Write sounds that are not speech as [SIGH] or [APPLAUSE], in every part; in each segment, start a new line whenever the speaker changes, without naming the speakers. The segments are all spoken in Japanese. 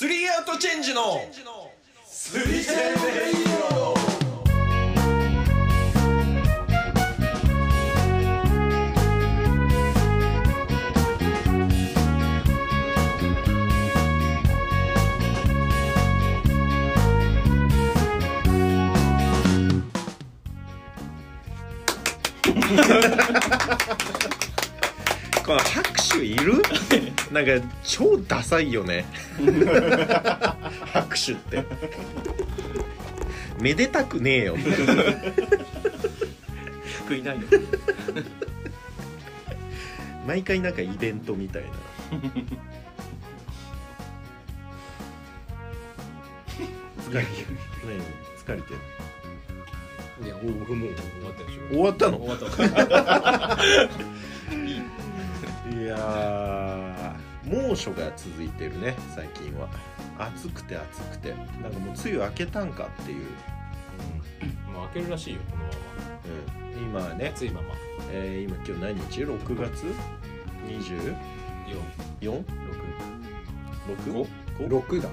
ントチェン
[LAUGHS]
ジのスリセンレイ
この拍手いるなんか超ダサいよね拍手ってめでたくねえよ
食いないよ
毎回なんかイベントみたいな疲れてる何疲れてる
いや、俺もう終わったでし
終わった
ょ。
の
終わった。
[LAUGHS] いやー猛暑が続いてるね最近は暑くて暑くてなんかもう梅雨明けたんかっていう、
もう開けるらしいよ、このま
うん、今ね
ま。暑いまま。
えー、今今日何日 ?6 月 24?6?
四、六、
5?
六だ。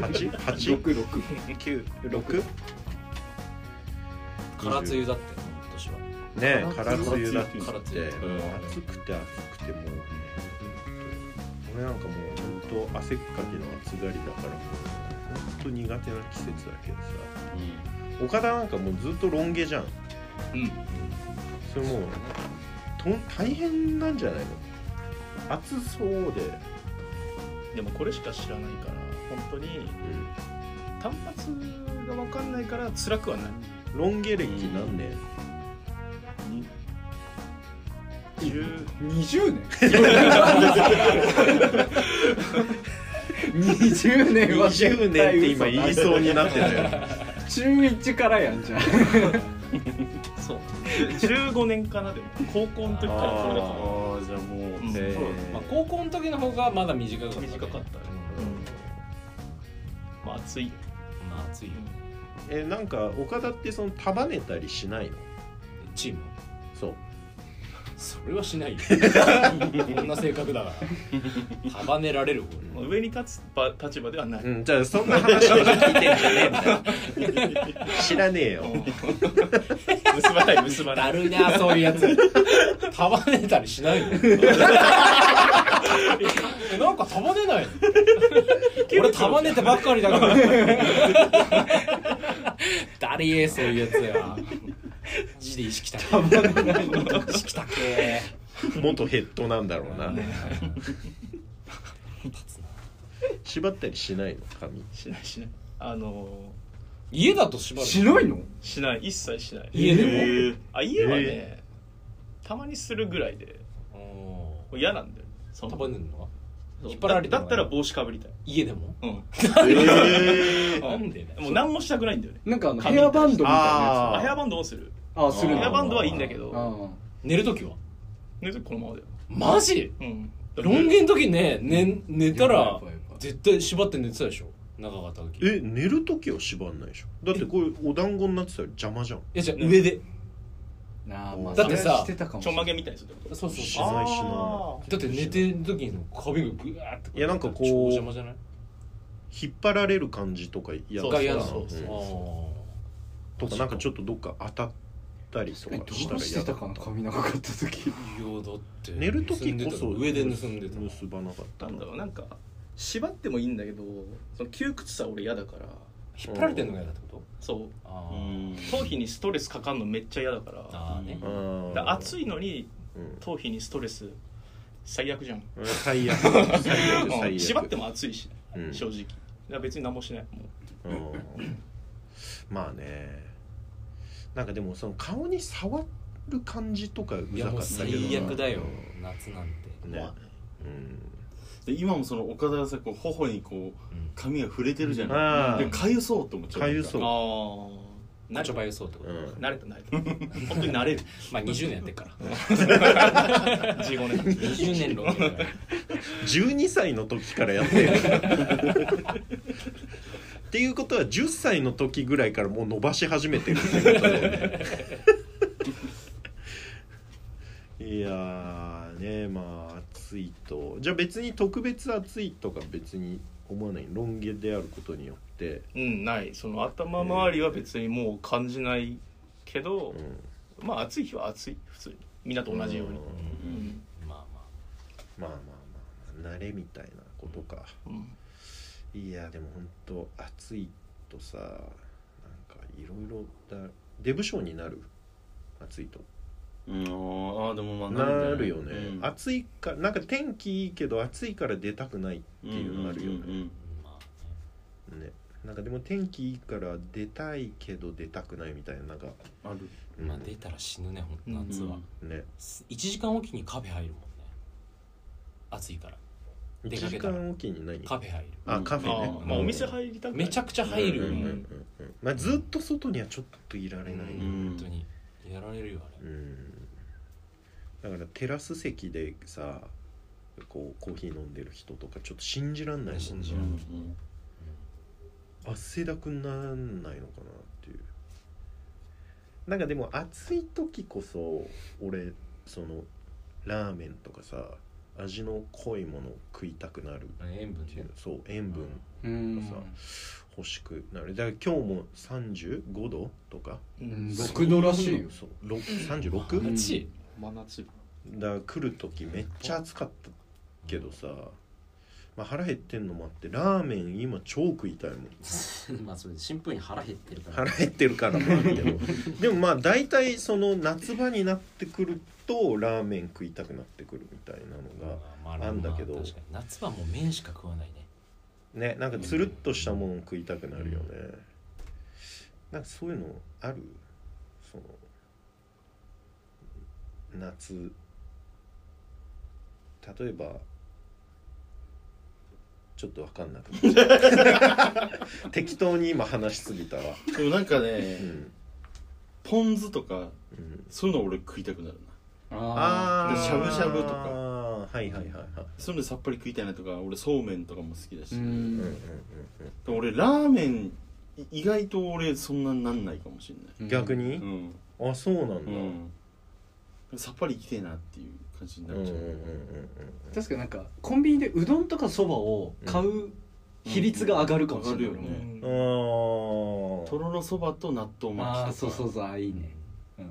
[LAUGHS]
8? 8?
六、六。
9? 6?
空梅雨だって、今年は。
ねえ空梅雨だっ
唐梅
て
雨。
もう暑くて暑くてもう俺なんかもうほんと汗っかきの暑がりだからほんと苦手な季節だけどさ岡田なんかもうずっとロン毛じゃん
うん
それもうと大変なんじゃないの暑そうで、
でもこれしか知らないから本当に単発が分かんないから辛くはない
ロン毛歴何年、
10
二十年。二十年は絶対
20年って今
嘘だ
言いそうになって [LAUGHS] たよ
中一からやんじゃん。
そう15年かなでも高校の時からそれだか
ああじゃあもう、
うん
えー
まあ、高校の時の方がまだ短かった、
ら短かったねまあ暑い
た。まあ、暑いよ。
えなんか岡田ってその束ねたりしないの
チーム。
そう
それはし [LAUGHS] ないよ。こんな性格だ [LAUGHS] から。束ねられる方よ
まあ上に立つば立場ではない、
うん、じゃあそんな話を聞いてんじゃねえんだよ [LAUGHS] 知らねえよ
結ばない結ばな
だ
い
るいな、そういうや [LAUGHS] つ。束ねたりしないのえ [LAUGHS] なんか束ねないの [LAUGHS] 俺束ねてばっかりだ [LAUGHS] から。だりえ、そういうやつや。字で意識たけ。意識たけ。
元ヘッドなんだろう [LAUGHS] な縛ったりしないの髪
しないしないあの
家だと縛る。
しないの？
ーしない一切しない
家でも
あ家はね、
え
たまにするぐらいで
うん
もう嫌なんだよその
束ねるのは
そう
引っ張られて
だ
も
だったら帽子かぶりたい、
家でも
うん、
え
なんでだよ
もう何もしたくないんだよね
なんかあのヘアバンドみたいな
あ
あ
ー
ヘアバンドをする
やつ。あ、する
ヘ
の。
ア
や
バ
ば
ンドはいいんだけど
寝るときは
寝てこのままだよ、
マジ
うん、
ロン毛の時ね、ね、寝た
やばい
ら
やばいやばい、
絶対縛って寝てたでしょ長かった時。い
え寝る時は縛んないでしょだってこれお団子になってたら邪魔じゃん
や、じゃあ上で。
なあ、まあ、
だ
ってさ
それはしてたかもし
ちょ
れ
んま
ない
げみたいにするってこ
そうそう
し
そう。
ないしな
と
だって寝てる時の髪がぐわーって。
いやなんかこう
超邪魔じゃない
引っ張られる感じとかや
そう
が嫌
な
な
そ
の
うそう
うんとかなんかちょっとどっか当たったりとか
え
し
ど
た
う
ら
して
嫌
た
だ
かな髪長かった時
いや、だって。
寝る時こ
盗
そ
んでた上で盗んでた。
結ばなかった
なんだろう
な
なんか縛ってもいいんだけどその窮屈さ俺嫌だから
引っ張られてんのが嫌だってこと
そう
あ
うん
頭皮にストレスかかんのめっちゃ嫌だから
あ。ああね
う。
うん
だ暑いのに
うん [LAUGHS]
頭皮にストレス最悪じゃん
最悪最悪最
うん
悪
縛っても暑いし、
うん
正直いや別に何もしないも
うんまあねなんかでもその顔に触る感じとかう
い
ざ
や、
か
もう
ったけどな
最悪だよ。夏なんて。
ね、
まあ
うん
で今もその岡田がさこう頬にこう
うん
髪が触れてるじゃない、
あ
でかゆそうと思っちゃう
かゆそうう
ああ
ナチョバ予想ってこ
う
と。
ん
慣れた慣れた本当に慣れる
まあ20年やってっから。
15年
20年ロン毛だから。
12歳の時からやってるっていうことは10歳の時ぐらいからもう伸ばし始めてるってことだよねいやーねまあ暑暑いとじゃあ別に特別暑いとか別に思わないロン毛であることによって、
うんないその頭周りは別にもう感じないけど
う、ん、
まあ暑い日は暑い普通にみんなと同じように
ん
うん、
まあま
まあまあまあ、まあ、慣れみたいなことか
うん
いやでも本当暑いとさなんかいろいろだデブ症になる暑いと
うん、あーでもまあ
な
るんじ
る
ゃ
よ
ない
ね、
うん
暑いかなんか天気いいけど暑いから出たくないっていうのあるよね、
うんうん
あまあ
ねなんかでも天気いいから出たいけど出たくないみたいななんか、
うんある
うん
まあ出たら死ぬねほんと夏は、
ね
一1時間おきにカフェ入るもんね暑いから出
1
かけ
時
たら
間おきに何
カフェ入る
あカフェね
ああまあお店入りたくない
めちゃくちゃ入るよ、
うんうんうん
本
うんまあ、ずっと外にはちょっといられない、
う当にやられるよあれ
うんだからテラス席でさこうコーヒー飲んでる人とかちょっと信じらんないもん
信
な
じ
う
らん
ん
汗だくなんないのかなっていうなんかでも暑い時こそ俺そのラーメンとかさ味の濃いものを食いたくなるっ
塩分
てい
ね
うそう塩分
うん
さ欲しくなるだから今日も35度とか
うん
6度らしいよ
そうろ 36?
マジ
真夏
だから来る時めっちゃ暑かったけどさ、まあ、腹減ってんのもあってラーメン今超食いたいもん
まあそれでシンプルに腹減ってるから
腹減ってるからもあるけどでもまあ大体その夏場になってくるとラーメン食いたくなってくるみたいなのが
まあまあ
なんだけど
確かに夏はもう麺しか食わないね
ねなんかつるっとしたもの食いたくなるよねなんかそういうのあるその夏例えばちょっとわかんなくなっちゃう適当に今話しすぎたわ
でもなんか
う
ね
ん、
ポン酢とか
うん、
そういうの俺食いたくなるな
あ
ーしゃぶしゃぶとか
あーはいはいはいはい
そういうのでさっぱり食いたいなとか俺そうめんとかも好きだし
ーう
うんうんうん
ん
でも俺ラーメンい意外と俺そんなになんないかもし
うん逆
れ
に
な、い
あそうなんだ、う
うんん、さっぱりいきてえなっていう感じに
う
なん
うん
っ
うん
ちゃう、
確かになんかコンビニでうどんとかそばを買う比率が上がるかもしれない、
上がるよね
うんうんあー
とろろそばと納豆巻きと
あ
か
あそうそうそうあーいいね、うん、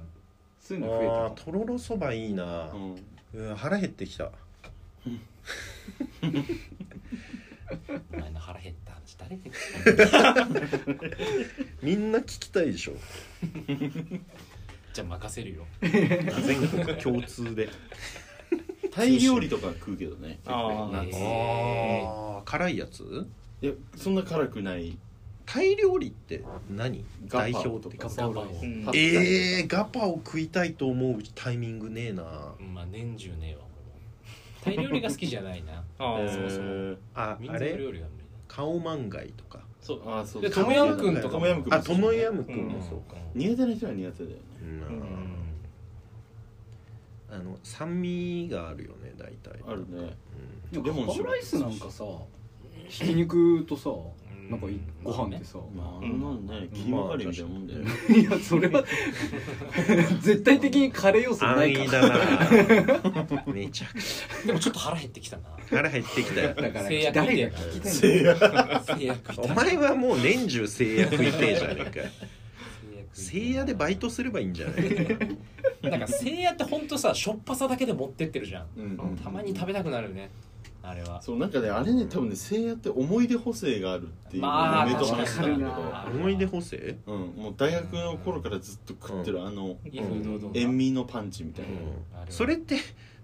そういうの増え
あー
た
とろろそばいいな、
うん
うん、腹減ってきた
お前の腹減った話誰で
みんな聞きたいでしょ
じゃあ任せるよ
全国共通で
タイ料理とか食うけどね
あ
夏
ーへ
ああ辛いやつ
いやそんな辛くない
タイ料理って何
ガ
代
パオ
表
と
的
か
ガパオ
うん
パスタとか
えー、ガパオ食いたいと思うタイミングねえな
まあ年中ねえわ俺もタイ料理が好きじゃないな
あ
え
ー
ー
そもそも
あ
民
あ
族
れ
料理が無理
カオマンガイとか
そうあーそう
だでトムヤムクンとかも
トムヤムクン
あトムヤムクンも
ん
そうか、
苦手な人は苦手だよね
うん
うん
あの酸味があるよね大体
あるね
う
で
レモ
も
ン
ガパ
し
オ
ろ
ライスなんかさひき肉とさ
ん
なんかいご飯でさ、
まああんなんね切り分かれみたいなもんだよね
[LAUGHS] いやそれは絶対的にカレー要素
ん、
な
安
い
易
か
だなめちゃくち
でもちょっと腹減ってきたな
ゃ腹減ってきたよ
らだから
制約
誰が聞きたいんだよ
制約
お前はもう年中制約いてえじゃねえかよ聖夜でバイトすればいいんじゃない
なんか聖夜ってほんとさしょっぱさだけで持ってってるじゃん、
うん
たまに食べたくなるよねあれは
そうなんかねあれね多分ね聖夜って思い出補正があるっていう
まあ
目と話したんだ
確か
け
思い出補正
ど、うん、もう大学の頃からずっと食ってるあの
威風堂々
塩味のパンチみたい
あ
な、
は
それって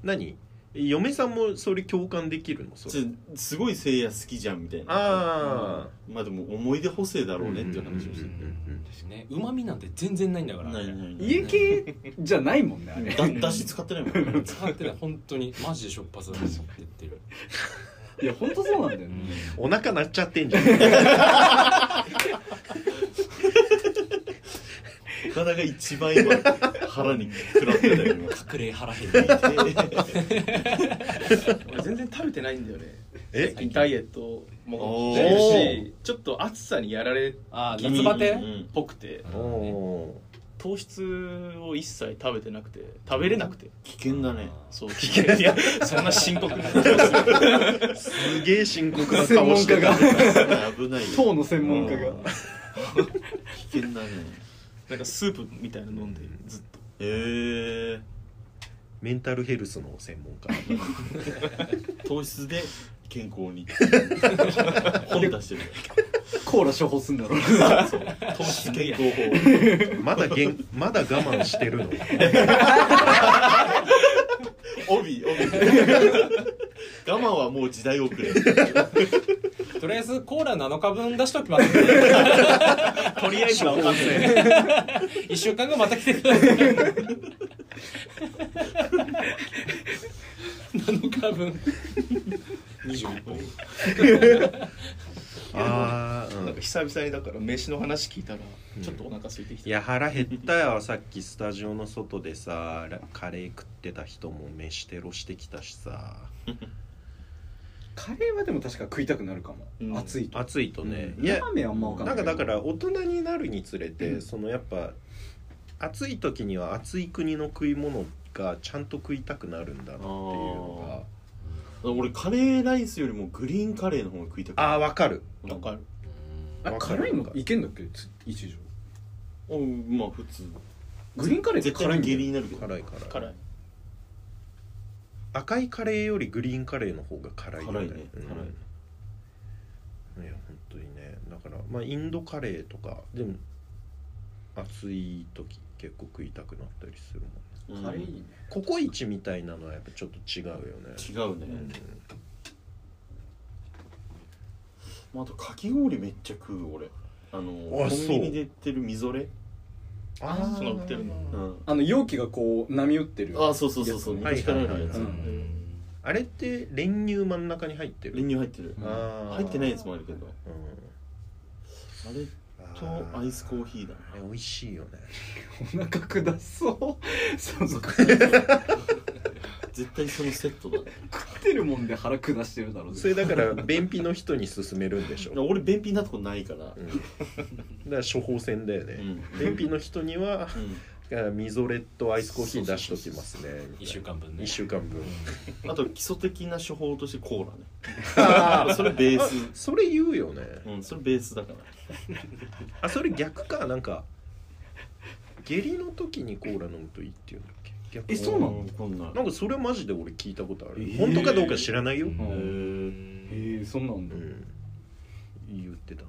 何嫁さんもそれ共感できるのそ
ち
れ
ょすごい聖夜好きじゃんみたいな
あ
まあでも思い出補正だ
あ
ろうねっていう話をして
う
る
んうん
ねうまみなんて全然ないんだから
ないないない
家系じゃないもんねあれ
だだし使ってないもんね
使ってない本当にマジでしょっぱさだけ持ってってる、
いや本当そう
[LAUGHS]
なんだよね
うんお腹鳴っちゃってん
[LAUGHS]
じゃん
体が一番今腹に食らってたよ今
隠れ腹減り
俺全然食べてないんだよね
え
最近ダイエットも
おー
してるしちょっと暑さにやられっ
あー夏バテ
うん
ぽくて
おお
糖質を一切食べてなくて食べれなくて
危険だね
そう危険いやそんな深刻な
すげえ深刻
専門家が
た危ないよ
糖の専門家が
うん危険だね
なんかスープみたいなの飲んでずっと
え
メンタルヘルスの専門家
ー、糖質で健康に本出してる
コーラ処方すんだろうな
糖質健康法
まだげんまだ我慢してるの
帯帯我慢はもう時代遅れ
とりあえずコーラ7日分出しときますね
[LAUGHS] とりあえずは分かんない
[LAUGHS] 1週間後また来てください7日分
21本
ああ、う
なん
ん
か、久々にだから飯の話聞いたらちょっとお腹空いてき
い
て、
や腹減ったよさっきスタジオの外でさラカレー食ってた人も飯テロしてきたしさ
カレーはでも確か食いたくなるかも、
うん
暑いと
暑いとね、いや
ラーメンあんまわかん
な
なんい
か
けど
だから大人になるにつれて、そのやっぱ暑い時には暑い国の食い物がちゃんと食いたくなるんだなっていうの
俺カレーライスよりもグリーンカレーの方が食いたく
がああーわかる
る
なんかある
あれ辛いのいけんだっけつ一条
うんまあ普通
グリーンカレーって
絶
辛いん
対
だ
下痢
よ
になるけど
辛い辛い
辛い
赤いカレーよりグリーンカレーの方が辛いよね
辛いね
うん
辛い
いや本当にねだからまあインドカレーとかでも暑い時結構食いたくなったりするもんね
うん
カレーいいね
ココイチみたいなのはやっぱちょっと違うよね
違うね、
うん
まあ、あとかき氷めっちゃ食う俺あのコ
あ
ン
そう
ビニで売ってるみぞれ
あ
その売ってるの
う
の
ん
あの容器がこう波打ってる
あそうそうそうそう
やつね
昔からあるやつ
はいはいはい
あれって練乳真ん中に入ってる
練乳入ってる
うん
あー
入ってないやつもあるけど
うん
あれとアイスコーヒーだ
あれ美味しいよね
お腹下そうそうそう食
絶対そのセットだね
ってるもんで腹下してるだろう
それだから便秘の人に勧めるんでしょ、
俺便秘になったことないから
うん、だから処方箋だよ
う
ね、
ん
便秘の人には
う
だからみぞれとアイスコーヒー出しときますね
1週間分ね
1週間分
んあと基礎的な処方としてコーラね
あ
あそれベース
それ言うよね
うんそれベースだから
あそれ逆かなんか下痢の時にコーラ飲むといいっていうんだっけ逆
えそうなの
んこんな
なんかそれマジで俺聞いたことある、
えー
本当かどうか知らないよ、
うん
へ
へえそんなん
う
だ、
ん、言ってたな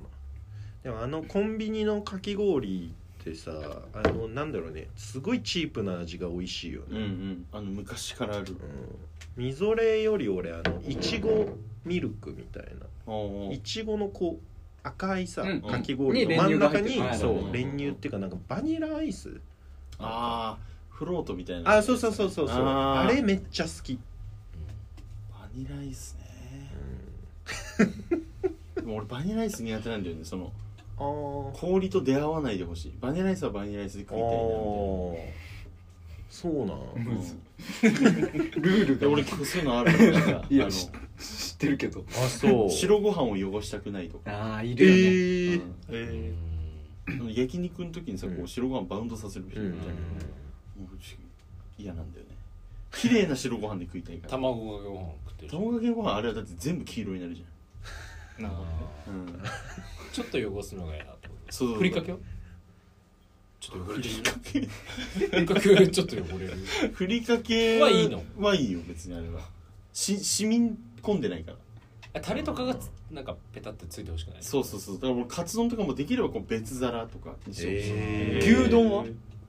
でもあのコンビニのかき氷ってさあのなんだろうねすごいチープな味が美味しいよ
うんう
ね、
んあの昔からある
うんみぞれより俺あのいちごミルクみたい
おうお
な
う
いちごのこう赤いさ、
うん
かき氷の真ん中に
に練乳が入ってる
そ
は
う
い
練乳っていうかなんかバニラアイス、
ああフロートみたいな
あそうそうそうそうそうあ
あー
れめっちゃ好き、
バニラアイスね
うん、
でも俺バニラアイス苦手なんだよねその
あー
氷と出会わないでほしいバニラアイスはバニラアイスで
あ
食いたいなみたい
ーそうなん
なうん
ルール
で
が
俺結構そういうのあるからなんか
いや
あの
知知ってるけど
あそう
[LAUGHS] 白ご飯を汚したくないとか、
ああい
え
るよね、
ー
え焼肉の時にさこ
うん
う白ご飯バウンドさせる人
う
いる
ん
じゃん、もうし嫌なんだよね綺麗な白ご飯で食いたい
[LAUGHS]
から
卵がご飯食ってる
卵かけご飯あれはだって全部黄色になるじ
なるほどね
ゃん、うん、
ちょっと汚すのが嫌だってこと
そう
ふりかけはちょっと汚れてる
け
ふりかけちょっと汚れる
ふりかけ
はいいの
はいいよ別にあれはし染み込んでないから
あタレとかがつなんかペタってついてほしくない
そうそうそうだから俺カツ丼とかもできればこう別皿とかにしよう、
えー
牛丼は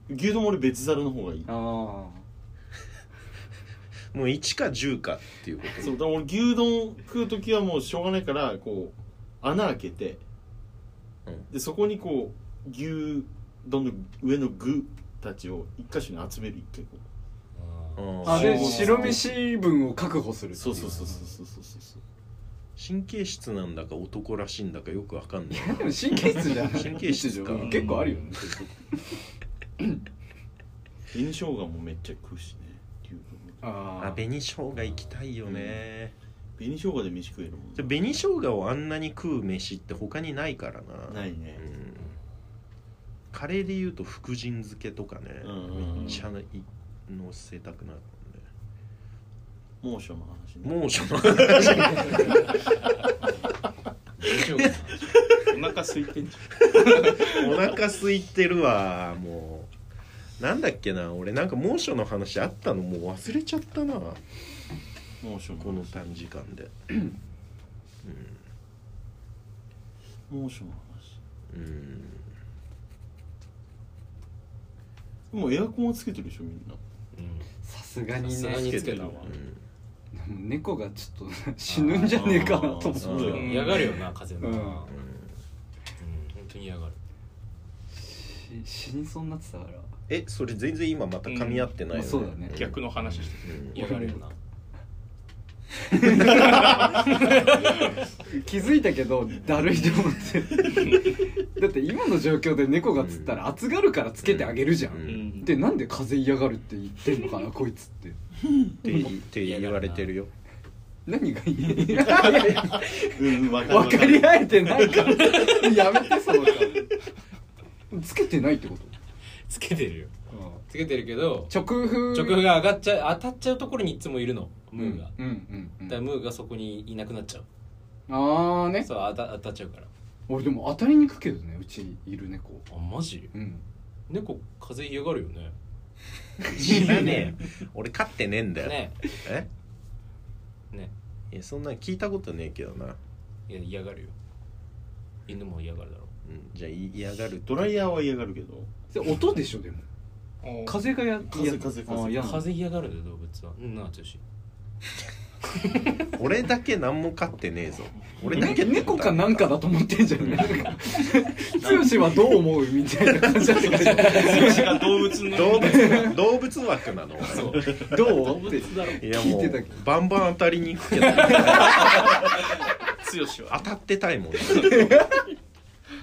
牛丼も俺別皿の方がいい
あ
もう1か10かっていうこ
そうだから俺牛丼食う時はもうしょうがないからこう穴開けて、
うん
でそこにこう牛丼の上の具たちを一箇所に集める一回こう
あ
と、
ー
ああ
う
で
ん、
白飯分を確保するってい
そうそうそうそうそうそうそう
神経質なんだか男らしいんだかよくわかんない
でも神経質じゃん
神経質か
うん結構あるよね
紅生姜もめっちゃ食うしね牛丼めっちゃ
あ
あ紅生姜行きたいよね、
紅生姜で飯食えるもん
じゃ紅生姜をあんなに食う飯って他にないからな
ない
うん
ね、
カレーで言うと福神漬けとかね、
うんうんうん
めっちゃないのせたくなる
猛暑の話
も
ね
んねもうその
大丈夫かな
お腹空いてんじ
お腹空いてるわもうなんだっけな俺なんか猛暑の話あったのもう忘れちゃったな
猛暑の
この
話
短時間で
猛暑の
うん
話もうエアコンはつけてるでしょみんな
さすが
さ
に
すが
ね
につけたわ
猫がちょっと死ぬんじゃねえかなと
あーそ
思
う
っ
だ
て
よ
嫌がるよな風の
う
うん
ん
本当に嫌がる
し死にそうになってたから、
えそれ全然今また噛み合ってない
ま
よ
あ、そうだね
ゃん逆の話して
嫌がるよな
気づいたけどだるいと思ってだって今の状況で猫がつったら暑がるからつけてあげるじゃん、
うん
る、うん
でなんで風嫌がるって言ってんのかなこいつって
ってって言われてるよ
何がいいいやいや
うんうんわかるわ
分
か
か
る
り合えてないからやめてその顔つけてないってこと
つけてるよつけてるけど
直風
直風が上がっちゃう当たっちゃうところにいつもいるのムーが、
うんうんうん
だからムーがそこにいなくなっちゃう
ああね
そう当た当たっちゃうから
俺でも当たりにくけどねうちいる猫
あマジ
うん
猫風邪嫌がるよね
知らねえよ俺飼ってねえんだよ、
ね
え
ね
いやそんなん聞いたことねえけどな、
いや嫌がるよ犬も嫌がるだろ
うん、じゃあい嫌がる
ドライヤーは嫌が
[LAUGHS]
るけど
それ音でしょでも
お
風がや
風
や
風風
あー
う
や
風邪嫌がるで動物はうんなあ剛
俺だけ何も飼ってねえ
[LAUGHS]
ぞ俺だ
ね
けってこ
猫
と
かなんかだと思ってんじゃんなんか剛はどう思うみたいな感じだったけ
私が動物の
動物動物枠な
[LAUGHS]
の
そう
どど
動
う
物
って
だろ
いやも
聞いてた
う
けど
バンバン当たりに行くけど
剛は
当たってたい
[LAUGHS]
もん、ね、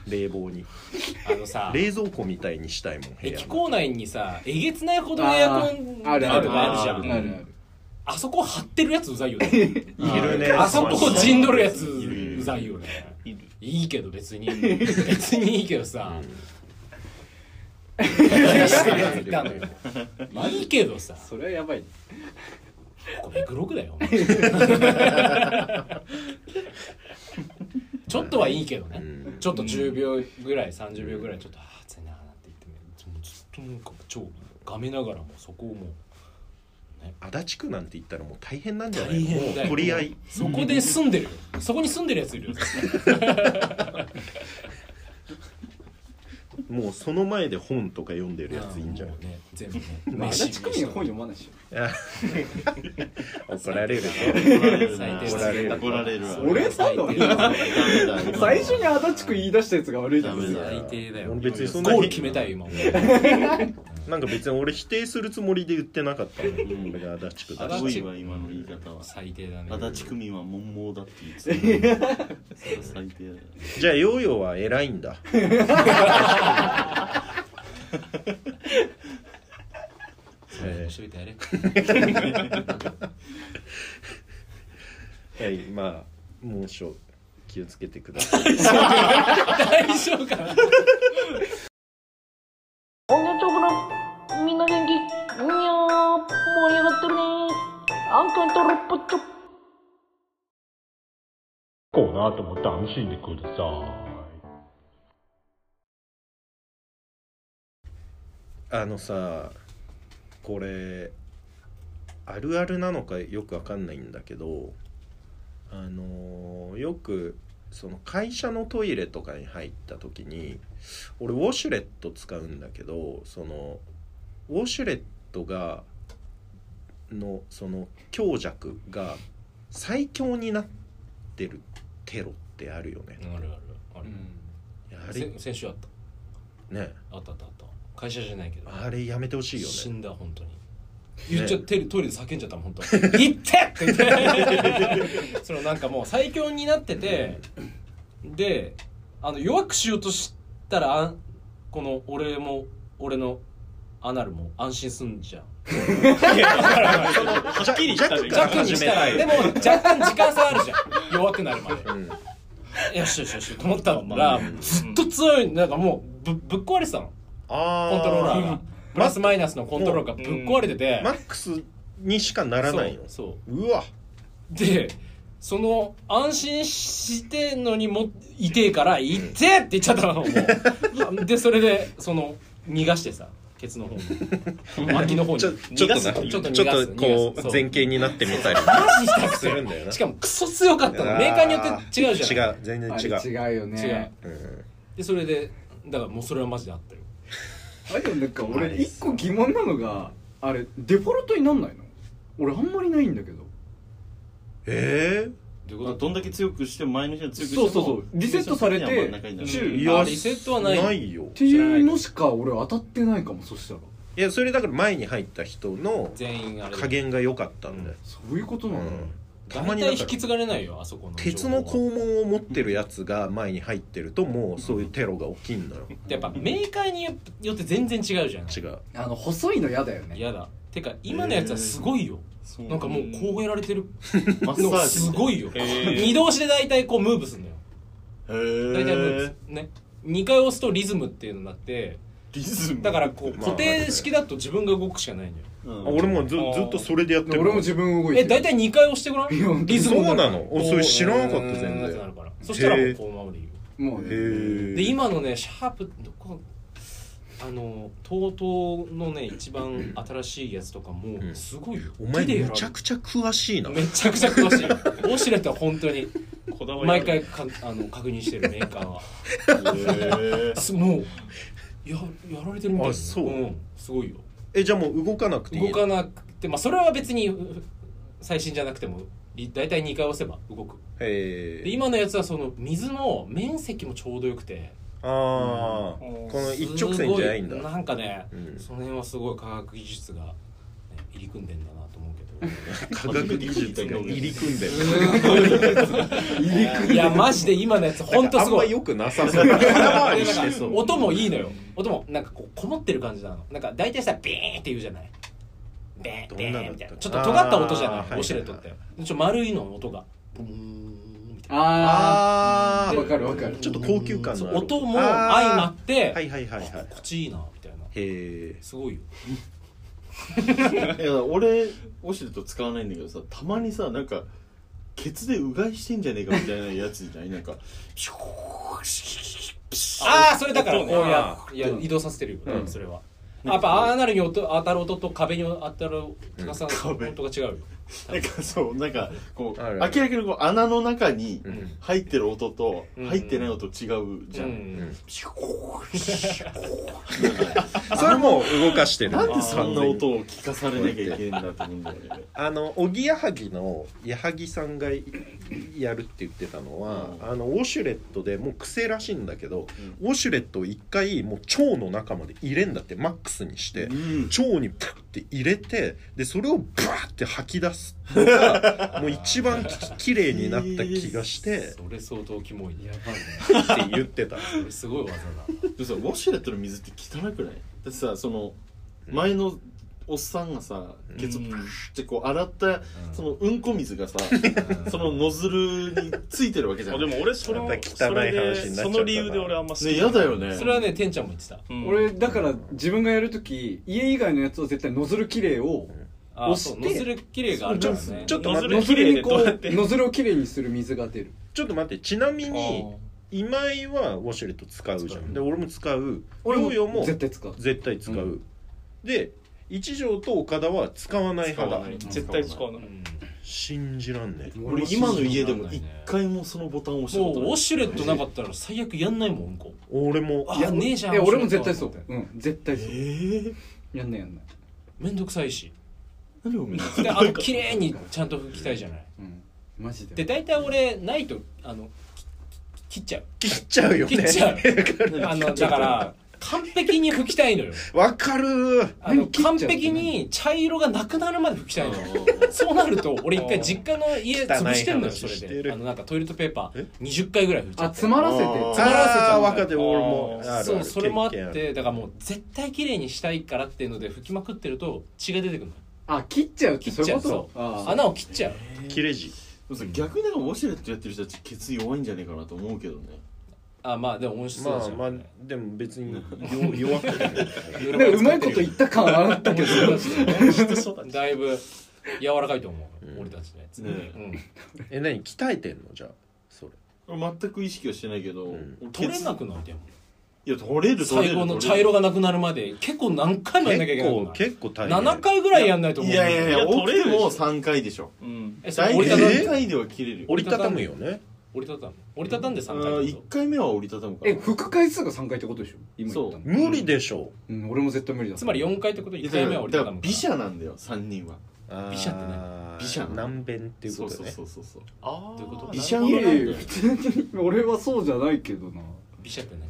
冷房に
あのさ
冷蔵庫みたいにしたいもん部屋
駅構内にさえげつないほどのエアコン
ある
とか
ある
あるじゃん
あ
あ
るある
そこ張ってるやつ [LAUGHS] うざいよね
いるね
あそこ陣取るやつ
いるいる
うざいよね
いる
いいけど別に別にいいけどさ、してるやついたのよいいけどさ
それはやばい
これグロくだよちょっとはいいけどね、
うん
ちょっと10秒ぐらい30秒ぐらいちょっとあー暑いなーなんて言ってねずっとなんか超がめながらもそこをもう
足立区なんて言ったらもう大変なんじゃない
大変だ
の
よ
取り合い
そこで住んでるよそこに住んでるやついるよ
もうその前で本とか読んでるやついいんじゃない
もうね全部ね
まあ足立区には本
よ
読まないでし
怒られるぞ
最低
怒られる
怒られるわ
俺さんの
ダメだ
ょ
よ
最初に足立区言い出したやつが悪いじゃん
ダメだよ
最低だよ
俺別にそんな
ゴール決めたよ今
なんか別に俺否定するつもりで言ってなかったのに俺が足立区だ
す
し
ごいわ今の言い方は
最低だね
足立区民は文盲だって言ってた最低だよ
じゃあヨーヨーは偉いん [LAUGHS] だ
面白いとやれ
はいまあ猛暑気をつけてください
大丈夫かな
おのちょくら、みんな元気、にゃー、盛り上がってるねー。アンケントロッポチョ
コーナーとも楽しんでください。
あのさこれあるあるなのかよくわかんないんだけどあのーよくその会社のトイレとかに入った時に俺ウォシュレット使うんだけどそのウォシュレットがのその強弱が最強になってるテロってあるよね。
あるあるある、
いやあれ
せ先週あった
ね
あったあったあった会社じゃないけど
あれやめてほしいよ
死
ね。
んだ本当に言っちゃってるトイレで叫んじゃったもん本当
[LAUGHS]
行って!」って言ってそのなんかもう最強になっててであの弱くしようとしたらあんこの俺も俺のアナルも安心すんじゃん
はっきりしたらいい
ジャッ
弱にしたらでも若干時間差あるじゃん弱くなるまで
うん
よしよしよしと思ったらずっと強いなんかもうぶぶっ壊れてたの
あ
コントローラーがプラスマイナスのコントローラーがぶっ壊れてて、
マックスにしかならないの
そうそう
うわ
でその安心してんのにも痛えから「痛え!」って言っちゃったのもうでそれでその逃がしてさケツの方に脇の方に
ちょち
逃
ょっとな
がす
ち
ち
ょ
ょ
っ
っ
と
と
こう前
全
傾になってみたり
マジ痛く
するんだよな
[LAUGHS] しかもクソ強かったのメーカーによって違うじゃん
違う全然
あ
違
れ
う
違うよ
違
ね
うでそれでだからもうそれはマジであったよ
あれなんか俺一個疑問なのがあれデフォルトになんないの俺あんまりないんだけど
え
どういう
まあ
こと
どんだけ強くしても前の人が強くして
そ
も
うそうそうリセットされ
最終的には真ん
て
中にな
うん
る
あ
中いや
リセット
え
はない
ないよ
っていうのしか俺当たってないかもそしたら
いやそれだから前に入った人の
全員あれ
加減が良かったんだよ、
そういうことな
う
の、
んた
大
まにだ
体
か
引
ら
き継がれないよあそこの
鉄の
こ
肛門を持ってるやつが前に入ってるともうそういうテロが起きんのよ
やっぱメーカーによって全然違うじゃん
違う
あの細いの嫌だよね
嫌だてか今のやつはすごいよ、
そう
なんかもうこうやられてる
マッサージみ
の
たいな
すごいよ、
へー
二度押しで大体こうムーブすんだよ
へ
大体ムーブ
ー
すね2回押すとリズムっていうのになって
リズム
だからこう
ま
固
あ
定式だと自分が動くしかないのよ、
うん
あ俺もずずっとそれでやって
俺
る
も自分動いて
え
る
大体2回押してごらん
いや
リズムにる
そうなのおそれ知らなかった全然
うーんってなるからそしたらもうこのままでいいよ
もう
へ
ね
ー
で今のねシャープどこあの TOTO のね一番新しいやつとかも
ん
すごいよ、
お前
手でや
め
られ
ちゃくちゃ詳しいな
めちゃくちゃ詳しいよウォシュレットは本当に
こだわり
毎回かあの確認してるメーカーは
へー
すもうややられてるみたい、
あそうん
すごいよ
えじゃあもう動かなくていい
動かなくてまあそれは別にう最新じゃなくてもい大体2回押せば動く
へ
で
え
今のやつはその水の面積もちょうどよくて
ああこの一直線じゃないんだ
すごなんかね、
うん
その辺はすごい科学技術が、ね、入り組んでんだなと思う
科学技術が入り組んでる
けどいやマジで今のやつ本当すご
あん
い
ま良くなさ
[LAUGHS]
そう空回りしてそう
音もいいのよ音もなんかこうこもってる感じなのなんか大体さビーンって言うじゃないビーンビーンみたいなちょっと尖った音じゃない
あーはい
ウォシュレットって、ちょっと丸いの音がブーンみたい
あ
あ
ー
あ
わかるわかる
ちょっと高級感
なそ
のあ
う
る
音も相まって、
はいはいはいはい
あこっちいいなみたいな
へえ
すごいよ
いや俺オシュレット使わないんだけどさたまにさなんかケツでうがいしてんじゃねえかみたいなやつじゃないなんか
ああそれだから
音
こ
ね
うやいや移動させてるよ、
うん
それはやっぱアナルに音当たる音と壁に当たる高さの音
壁
が違うよ、
なんかそうなんかこう
あ
明
る
ら
ある
かにこう穴の中に
ん
入ってる音と
うん
入ってない音違うじゃ、
うんん
それもう動かしてる
なんでそんな音を聞かされなきゃいけないんだと思うんだ
[LAUGHS]
よね
あのおぎやはぎの矢作さんがいやるって言ってたのは、
う
あのウォシュレットでもう癖らしいんだけど、
う
ウォシュレットを一回もう腸の中まで入れんだってマックスにして、
うん
腸にプッて入れてでそれをブワーって吐き出すのがもう一番ききれいになった気がして
それ相当キモいやばいね
って言ってた
それ [LAUGHS] すごい技だ
でもさウォシュレットの水って汚くないだってさその前のおっさんがさケツをプーってこう洗ったそのうんこ水がさそのノズルについてるわけじゃ
あ
ん
でも俺その
また汚い
それで
話になっちゃうから
その理由で俺あんま好き
ね嫌だよね
それはねてんちゃんも言ってた
うん
俺だから自分がやるとき家以外のやつは絶対ノズルきれいを
あー
押し
そう
て
ノズル綺麗があるからね
ちょっと
ノ
待
ズ
っ
ル
ノ
て
ズ
綺
ル
麗
に
で
こ
どうやって
うノズルをきれいにする水が出る
ちょっと待ってちなみ
あ
に
ー
今井はウォシュレット使うじゃんで俺も使う
俺
ヨーヨー
も
も
絶対使う
絶対使う、で一条と岡田は使わない
使
派
わ
だ
ない絶対使わない
うん
信じらんねえ
俺今の家でも一回もそのボタンを押した
も
こ
う
と
ウ
ない
ォシュレットなかったら最悪やんないもんうんこ
俺も
あねえじゃん
いや俺も絶対そう
ウォシュレット
うん絶対そう
ええ
やんないやんない
めんどくさいし
何おめ
[LAUGHS]
え
であの綺麗にちゃんと拭きたいじゃない
うんマジ
で
で
大体俺ないとあのきき切っちゃう
切っちゃうよ
切
ね
っちゃう
[LAUGHS]
あのだから完璧に拭きたいのよ
わかるー
あの
何切っちゃ
完
うって
璧に茶色がなくなるまで拭きたいのよそうなると俺一回実家の家潰してんのよそ
して
れで
る
あのなんかトイレットペーパー20回ぐらい拭いちゃ
あ
って
詰まらせて
あー
詰まらせちゃ
あ
う
ー
んだ
わかる俺もあるある
そうそれもあっ
経験
てだからもう絶対綺麗にしたいからっていうので拭きまくってると血が出てくるの
あ切っちゃうって
切っ
そうい
ちゃ
うこ
うそ
と
う
あー
穴を切っちゃう
ある切れ字
[LAUGHS]
逆になんかウォシュレットやってる人たちケツ弱いんじゃねえかなと思うけどね
あまあでも音質
ま
だし、
あまあでも別に弱弱くない
色
で
々
うまいこと言った感あったけど
音質
人そう
だ
だ
し
ね
だいぶ柔らかいと思う、
うん
俺たちのやつ、
ね
うん、
え何鍛えてんのじゃあそれ
全く意識はしてないけど、
ん
俺
取れな
ケ
くなってもん
ツいや取れる取れ
最
る
後の
取
茶
れる
色がなくなるまで結構何回もやんなきゃい
結
けないもん
構
な
結構大変
7回ぐらいやんないと思う
い
い
やいやい
い
や
や
取
取
れ
れ
る
るでしょ
も3回でしょ
うん
えそれ
大
折り
体
たたん
2回では切れるよ
折りたたむよね
折りたたん折りたたんで3回ってこ
1回目は折りたたむから
え吹く回数が3回ってことでしょ今言ったの
無理でしょ
うん、俺も絶対無理だ
とつまり4回ってこと1回目は折り
だ
た
か
た
ら
むから
美写なんだよ3人は
う
ビシャって
な
ビシャ
難弁っていうこと
そう
ね
そうそうそう
ああ
どういうこと
い
美
や
写
い
の
やいや普通に俺はそうじゃないけどな
ビシャってね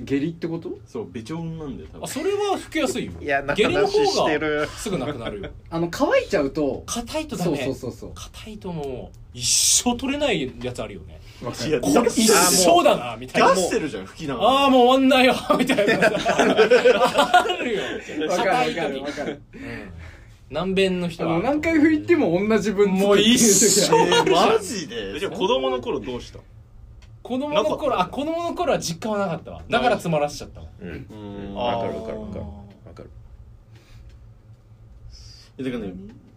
下痢ってこと
そうべちょんなんだよ多
あ
分
それは吹きやすいよ
いやな
下痢の
話し
方
て
が
る
すぐなくなるよ
あの乾いちゃうと
硬いとダ
そう
メ
そうそうそ
硬いともう一生取れないやつあるよね
うわか
い
る
や
これ一生だなみたいな
出してるじゃん吹きながら
ああもう終わんない [LAUGHS] よみたいなあるよ
わか
硬
る
い
わかる
時
わかる
うん南弁の
あ
人は
の何回拭いても同じ分ずつ
もう一
っていう時ある
えーマジで
じゃあ子供の頃どうした
子供の頃あ子供の頃は実家はなかったわだから詰まらせちゃったわ
うん
うん
わかるわかるわかるわかる
いやだからね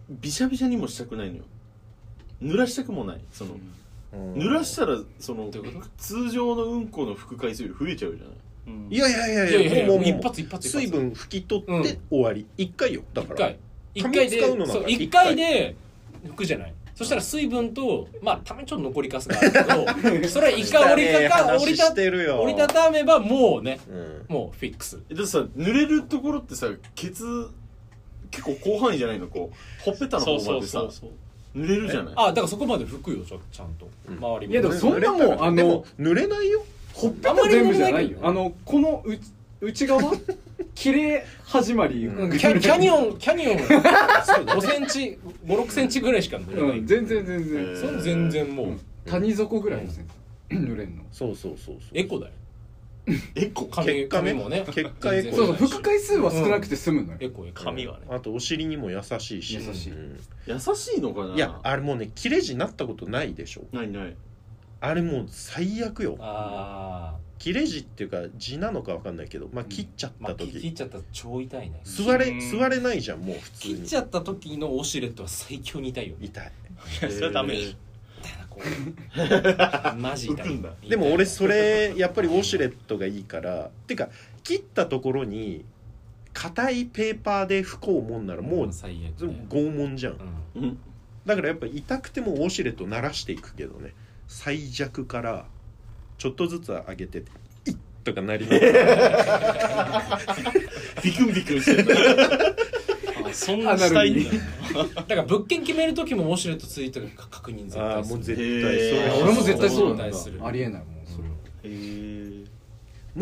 びしゃびしゃにもしたくないのよ濡らしたくもないその、
うん
濡らしたらその
どういうこと
通常のうんこの拭く回数より増えちゃうじゃない
うん
いやいやい
い
や
やいやい
もう
や
もう
一発一発一発
水分拭き取
う
っ
ん
て終わり一回よだ
一
から
回一回
紙を使うの
で
なら
そう
一
一
回
回で拭くじゃないそしたら水分とまあたまにちょっと残りかすがあるけど
[LAUGHS]
それは一回折りかか
汚い話
折りた
してるよ
折りたためばもうね
うん
もうフィックス
えだってさ濡れるところってさケツ結構広範囲じゃないのこうほっぺたの
そう
方
そ
ま
う
でさ
そうそう
濡れるじゃない
あだからそこまで拭くよちょちゃんと
うん
周りも
いやでもそんなもんあ
で
の
も濡れないよ
ほっぺた全部じゃないよあのこのう内側切れ始まり
うん
うんキャキャニ
オ
オンキャニオン5センチ56センチぐらいしか塗れな
う
い
ん全然全
え
然
ー
それ全然もう
谷底ぐらいの線濡れんの
そうそうそうそう
エコだよ
えこ
髪
結果ね
髪もね
結果エコ
そ
全
うそ
然
う拭く回数は少なくて済むのよ
エコエコ
髪はね
あとお尻にも優しいし
優しい
うん
優しいのかない
やあれもうね切れ字になったことないでしょ
ないない
あれもう最悪よ
ああ
切れ字っていうか字なのかわかんないけどまあ切っちゃっ
まあ
た
切っ
時
ちゃったら超痛いね
座れ
うん
座れないじゃんもう普通
切っ
に
ちゃった時のオシュレットは最強に痛いよ
痛い
いやそれはダメでし
だなこれ
[LAUGHS]
マジ痛
浮く
い
んだ
でも俺それやっぱりウォシュレットがいいからてか切ったところに硬いペーパーで拭こうもんならもう
最悪、ね
拷問じゃん
うん
うん
だからやっぱ痛くてもウォシュレット鳴らしていくけどね最弱からちょっとずつ上げてて「いっ!」とかなりながら
ビクンビクンしてる
あそんなしたいんだ
だから物件決める時もウォシュレットついてるか確認絶
ああ
対
ー
す
もう
る
絶
へ
対
ー
それ
俺も絶対そうなん
絶
だ
対する
ありえないもんそれは
へ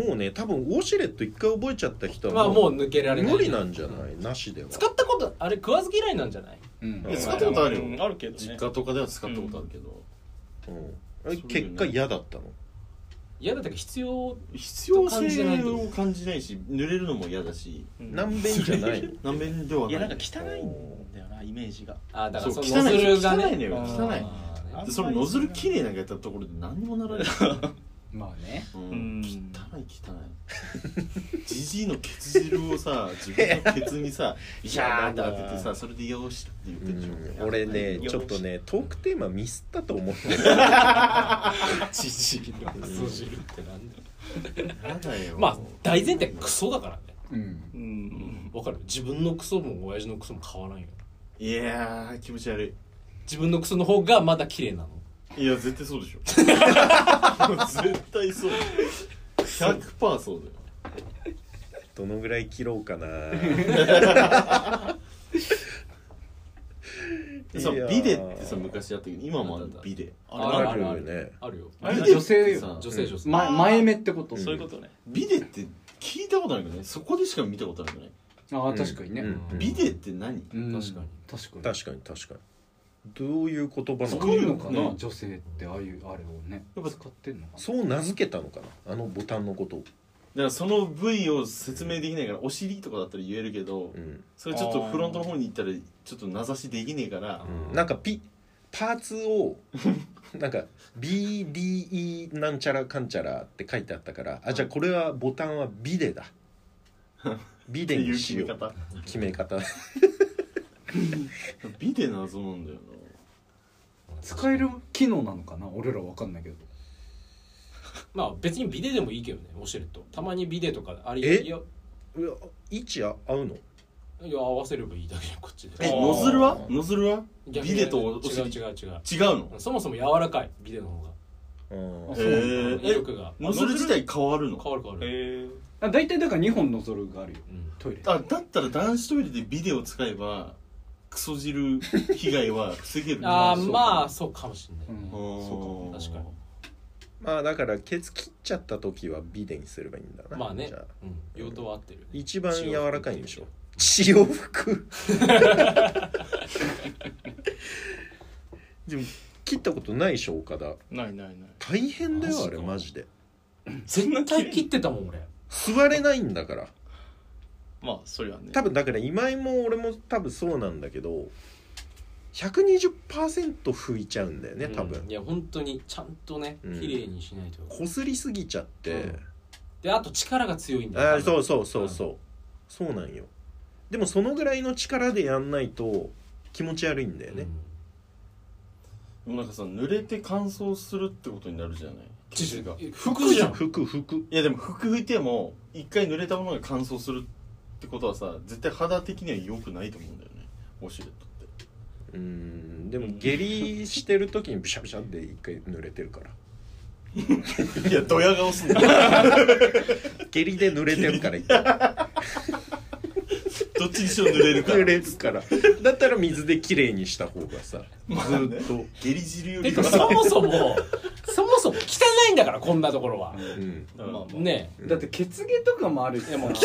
え
もうね多分ウォシュレット一回覚えちゃった人
まあ
は
も
も
う抜けら
う
れない
無理なんじゃないなしでは
使ったことあれ食わず嫌いなんじゃない
うん
いや
使ったことあるよ
うんあるけど
実
ね
家とかでは使ったことあるけど、
うんあれ結果嫌だったの
嫌だったけど必要
必要性を感じないし濡れるのも嫌だし
うん
難便じゃないの
何面ではない
いやなんか汚いんだよなイメージが
あーだから
そ
そうのノズルがね
汚いのよ汚い
あー
あんまり
そのノズル綺麗なんかやったところで何にもならない、
[LAUGHS]
まあね
う、
うんん
汚い汚いジジイのケツ汁をさ自分のケツ
[LAUGHS]
にさビシャーって当ててさそれで「よーし」って言ってるでしょ、
うん俺ねちょっとねトークテーマミスったと思って
ジジイのクソ汁ってなんだよ
やだよ
まあ大前提クソだからね
うん
うん
わかる自分のクソも親父のクソも変わらんよ
いやー気持ち悪
自分のクソの方がまだ綺麗なの
いいや絶対そ
[LAUGHS]
うでしょ絶対そう100%そうだよ
どのぐらい切ろうかな
でさ
いやー
ビデってさ昔あったけど今もあるビデ
あるある
あるね
あるよ
あれ
女
だ
女性よ
さ
女性女性
ま前目ってこと
そういうことね
ビデって聞いたことあるよねそこでしか見たことあるよね
ああ確かにね
うんうん
ビデって何
うん
確かに
確かに
確かに確かにどういう言葉な
使
の
うのか
ね
な女性ってああいうあれをね
やっぱ
使ってんのか
そう名付けたのかなあのボタンのことを
だからその部位を説明できないからお尻とかだったら言えるけど
うん
それちょっとフロントの方に行ったらちょっと名指しできねえから
うんなんかピパーツをなんか BDE なんちゃらかんちゃらって書いてあったからあじゃあこれはボタンはビデだビ
て
デ
い
に
う決
し
め
よう
方
決め方
美で謎なんだよ
使える機能なのかな俺らわかんないけど
まあ別にビデでもいいけどねウォシュレットたまにビデとかあれ
え
いや
うわ位置合うの
いや合わせればいいだけじゃんこっちで
なえ
あー
ノズルはノズルは
逆
ビ
に
デとお
違う
尻違う
違う違う
の
そもそも柔らかいビデの方が
うん
あ
え
そうなんだ
ー
威
え
力が
ノズル自体変わるの
変わる変わる、
え
あ大体だから2本のぞるがあるよ
うん
トイレ
あだったら男子トイレでビデを使えばクソ汁被害は防げる
ああ
そう
まあそうかもしんない、
うん
あー
そ
確かに
まあだからケツ切っちゃった時はビデにすればいいんだな
まあね
じゃ
うん、用途は合ってるよね、
一番柔らかいんでしょ潮吹
[LAUGHS]
くでも切ったことないでしょ岡田
ないないない
大変だよ
マジ
あ
か
れマジで
絶対切ってたもん俺
座れないんだから
まあそりゃね
多分だから今井も俺も多分そうなんだけど120%拭いちゃうんだよね多分、
うんいや本当にちゃんとね
うん
綺麗にしないと、
こすりすぎちゃって、
うんであと力が強いんだよ
あ
多
あ
分
そうそうそうそう、そうなんよでもそのぐらいの力でやんないと気持ち悪いんだよね、
うん
でもなんかさ濡れて乾燥するってことになるじゃない生地がい
え服じゃん
拭く拭く
やでも服拭いても一回濡れたものが乾燥するってことはさ絶対肌的には良くないと思うんだよねウォシュレットって
うんでも下痢してる時にブシャブシャって一回濡れてるから
いやドヤ顔すん
[LAUGHS]
だ
下痢で濡れてるから一回
どっちにしろ濡れるから
濡れるからだったら水できれいにした方がさずっと、
下痢汁よ
て
り
か
は
そもそもそもそも汚いんだからこんなところは
うん、
まあまあ
ね
だって血毛とかもあるし
えいや
さ
もう汚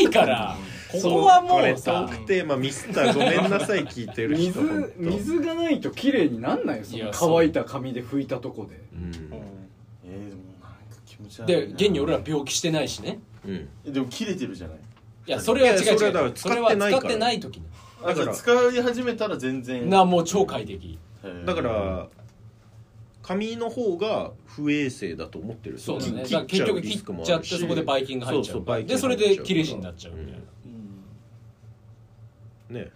いからここはも
これ
う
トー
さ
クテーマミスったーごめんなさい聞いてる人ほんと
水水がないと綺麗になんないよそ
い
の
や
乾いた髪で拭いたとこで
うん、
えー、でもなんか気持ち悪い
で
な
現に俺ら病気してないしね
うん、
でも切れてるじゃない
いやそれは違う
いやそれ
違
はだから
う
使っ
それ
てないか
は
ら
使ってない時に
だか
だからら使い始めたら全然
なもう超快適
へー
だから髪の方が不衛生だと思ってる
そうだねだ
き
から結局切っちゃってそこでバイキンが入っちゃうからでそれで切れ字になっちゃうみたいな
うん
なね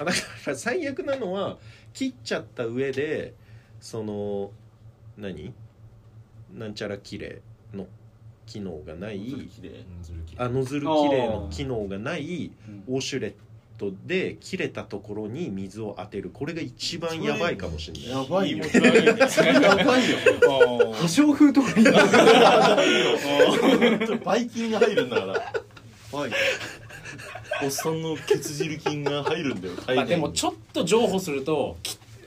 あだから最悪なのは切っちゃった上でその何なんちゃら綺麗の機能がない
綺麗
うんずるき
あノズル綺麗の機能がない
うん
ウォシュレットで切れたところに水を当てるこれが一番やばいかもしれない
やばいよ
気持ち悪いね
やばいよ
破傷風とか言いながら
ちょっとバイキンが入るんだからやば
[LAUGHS]
いよおっさんの血汁菌が入るんだよ体
まあでもちょっと譲歩すると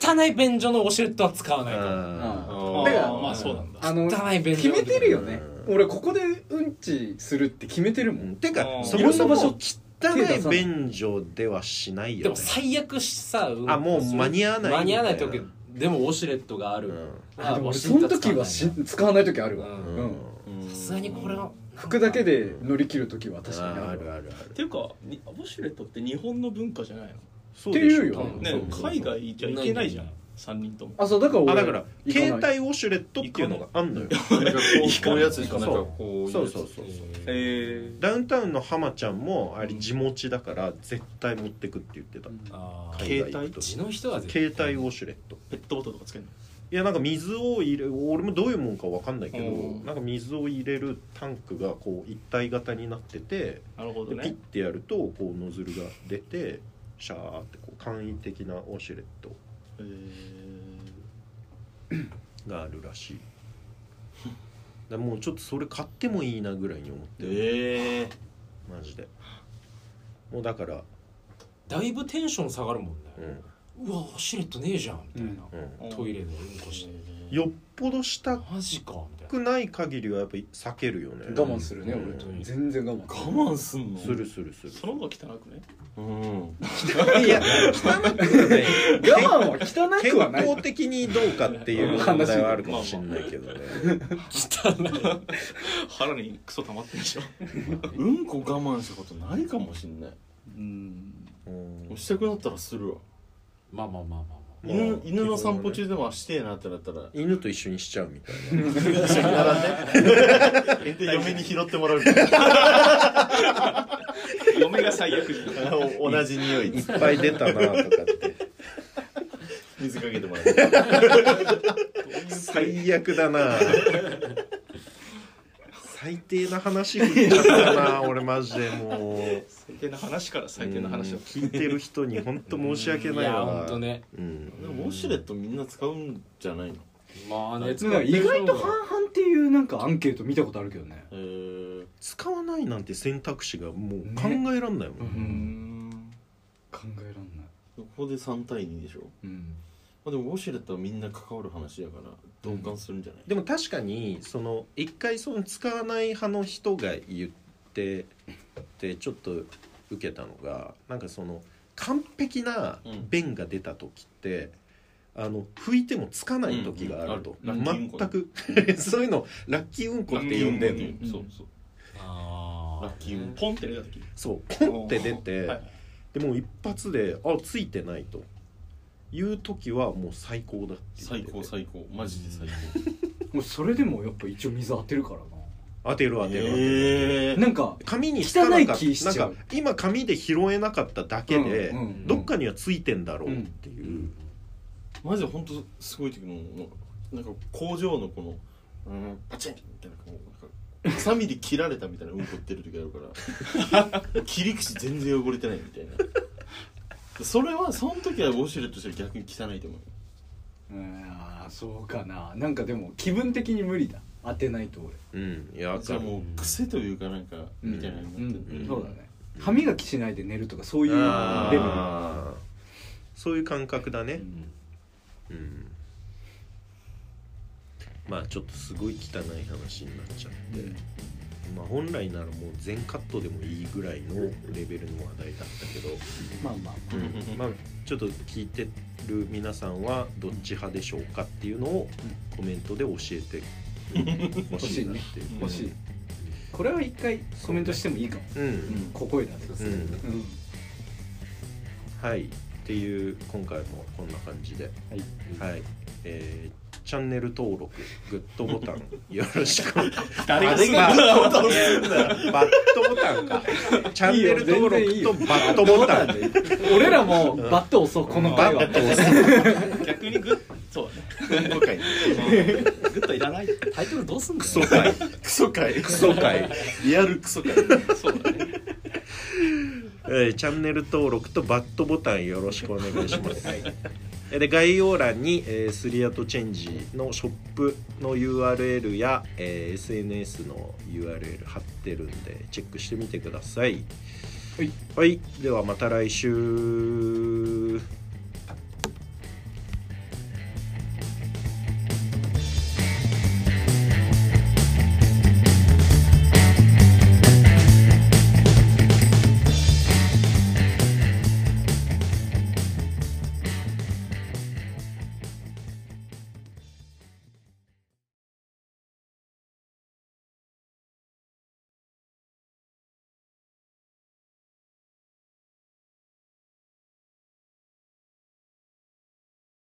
汚い便所のウォシュレットは使わないと
あ
うん
あ
だか
ー
ら
あーまあそうなんだ
あの
汚い便所
決
の
め
時
てるよね
う
俺ここでうんちするって決めてるも
ー
ん
てか
うん
そもそも
いろんな場所
汚い便所ではしない
で
よ
も
ね
最悪しさ、うん
あもう間に合わない
間に合わない
みた
時
いな
でもウォシュレットがある、
うん
あでも俺その時はし使わない時あるわ
う
うん
うん
ん
うん
さすがにこれは
拭くだけで乗り切る時は確かに
あ
あ
あ
る
る
わ
あるあ
っ
る
ていうかにウォシュレットって日本の文化じゃない
そ
っていうよ
多分
のね
そう
海外じゃいけないじゃん3人とも
あそうだから
あ
俺
だから
行かない
携帯ウォシュレットっていうのがあんのよ
なんかこうこういうやつしかなんかこういう
そう
やつ
そうそう
え
ダウンタウンの浜ちゃんもあれ地持ちだから絶対持ってくって言ってた
あー
海外行くと
地の人は絶
携帯ウォシュレット
ペットボトルとかつけるの
いやなんか水を入れ俺もどういうもんかわかんないけ
う
ど
ん
なんか水を入れるタンクがこう一体型になってて
なるほ
で
ど
ピッ
ね
てやるとこうノズルが出てシャーってこう簡易的なウォシュレット
え
があるらしいだからもうちょっとそれ買ってもいいなぐらいに思って
ー
る
え
マジでもうだから
対だいぶテンション下がるもんね
う、ん
うわウォシュレットねえじゃんみたいな、
うん
トイレでうんこして
よっぽどした
マジかみたいな
くない限りはやっぱり避けるよね
我慢するね
うん
俺全然我慢
我慢すんの
するするする
その方が汚くね
うん
いや汚くはない
我慢は汚
健
くはない
康的に
[LAUGHS]
どうかっていう問題はあるかもしれないけどね
汚い
腹にクソ溜まってるでしょ
うんこ我慢したことないかもしんない
うん
うん
したくなったらするわ
まあまあまあまあまあ
犬犬の散歩中でもあしてえなってなったら
犬と一緒にしちゃうみたい
一緒に並んでで嫁に拾ってもらうみたいな
嫁が最悪じゃん
お同じ匂い
ないっぱい出たなとかって
水かけてもらう
最悪だ
[LAUGHS]
な最低な話振っちゃったな俺マジでもう
最低な話から最低な話
う
だ
ん聞いてる人に本当申し訳ない
や
わ
本当ね
うん
でもウォシュレットみんな使うんじゃないの
まあね
でもなんか意外と半々っていうなんかアンケート見たことあるけどね
えー
使わないなんて選択肢がもう考えらんないもん、
うん考えらんない
ここで3対2でしょ
うん
まあでもウォシュレットはみんな関わる話だから同感するんじゃない
でも確かにその一回その使わない派の人が言っててちょっと受けたのがなんかその完璧な便が出た時って、あの拭いてもつかない時があると、
うんうんある
全く [LAUGHS] そういうのラッキーうんこって呼んでんの
ラッキーうんこっていうそうそうラッキーうんこ
ポンって出た時
そうポンって出て、
はい
でもう一発であついてないという時はもう最高だって言っ
最
てて
高最高マジで最高
もうそれでもやっぱ一応水当てるからな
当てる当てる当てる、
え
なんか
紙につかなか
汚い気し
っ
ちゃ
たな
う
んか今紙で拾えなかっただけで、
うんうんうん
どっかにはついてんだろうっていう、
マジで本当すごい時もなんか工場のこのうんパチンみたいなこうなんかハサミで切られたみたいなうんこってる時あるから切り口全然汚れてないみたいなそれはその時はウォシュレットしたら逆に汚いと思う
うんあーそうかななんかでも気分的に無理だ当てないと俺
うんいやわ
じ
か
ゃあ
る
もう癖というかなんかみたいなの
う
になってる
んそうだね歯磨きしないで寝るとかそういうレベル
あーそういう感覚だねうん、まあちょっとすごい汚い話になっちゃって、まあ本来ならもう全カットでもいいぐらいのレベルの話題だったけど、
まあまあ
うんまあちょっと聞いてる皆さんはどっち派でしょうかっていうのをコメントで教えてほしいなっていう
欲しいこれは一回コメントしてもいいかも
うん、
ここいらで
う
うん
ん、はいっていう今回もこんな感じではい、えーチャンネル登録グッドボタ [LAUGHS] ンよろしく
誰
ま
が
あバットボタンかチャンネル登録とバットボタンで
俺らもバット押そうこの回は
逆にグッそうだね
今回
グッといらない
タイトルどうすんの
クソ回
クソ回
クソ回
リアルクソ回
そうだね
えーチャンネル登録とバットボタンよろしくお願いします。えーで概要欄に、えースリアトチェンジのショップの URL や、えー SNS の URL 貼ってるんでチェックしてみてください。
はい、
はい、ではまた来週。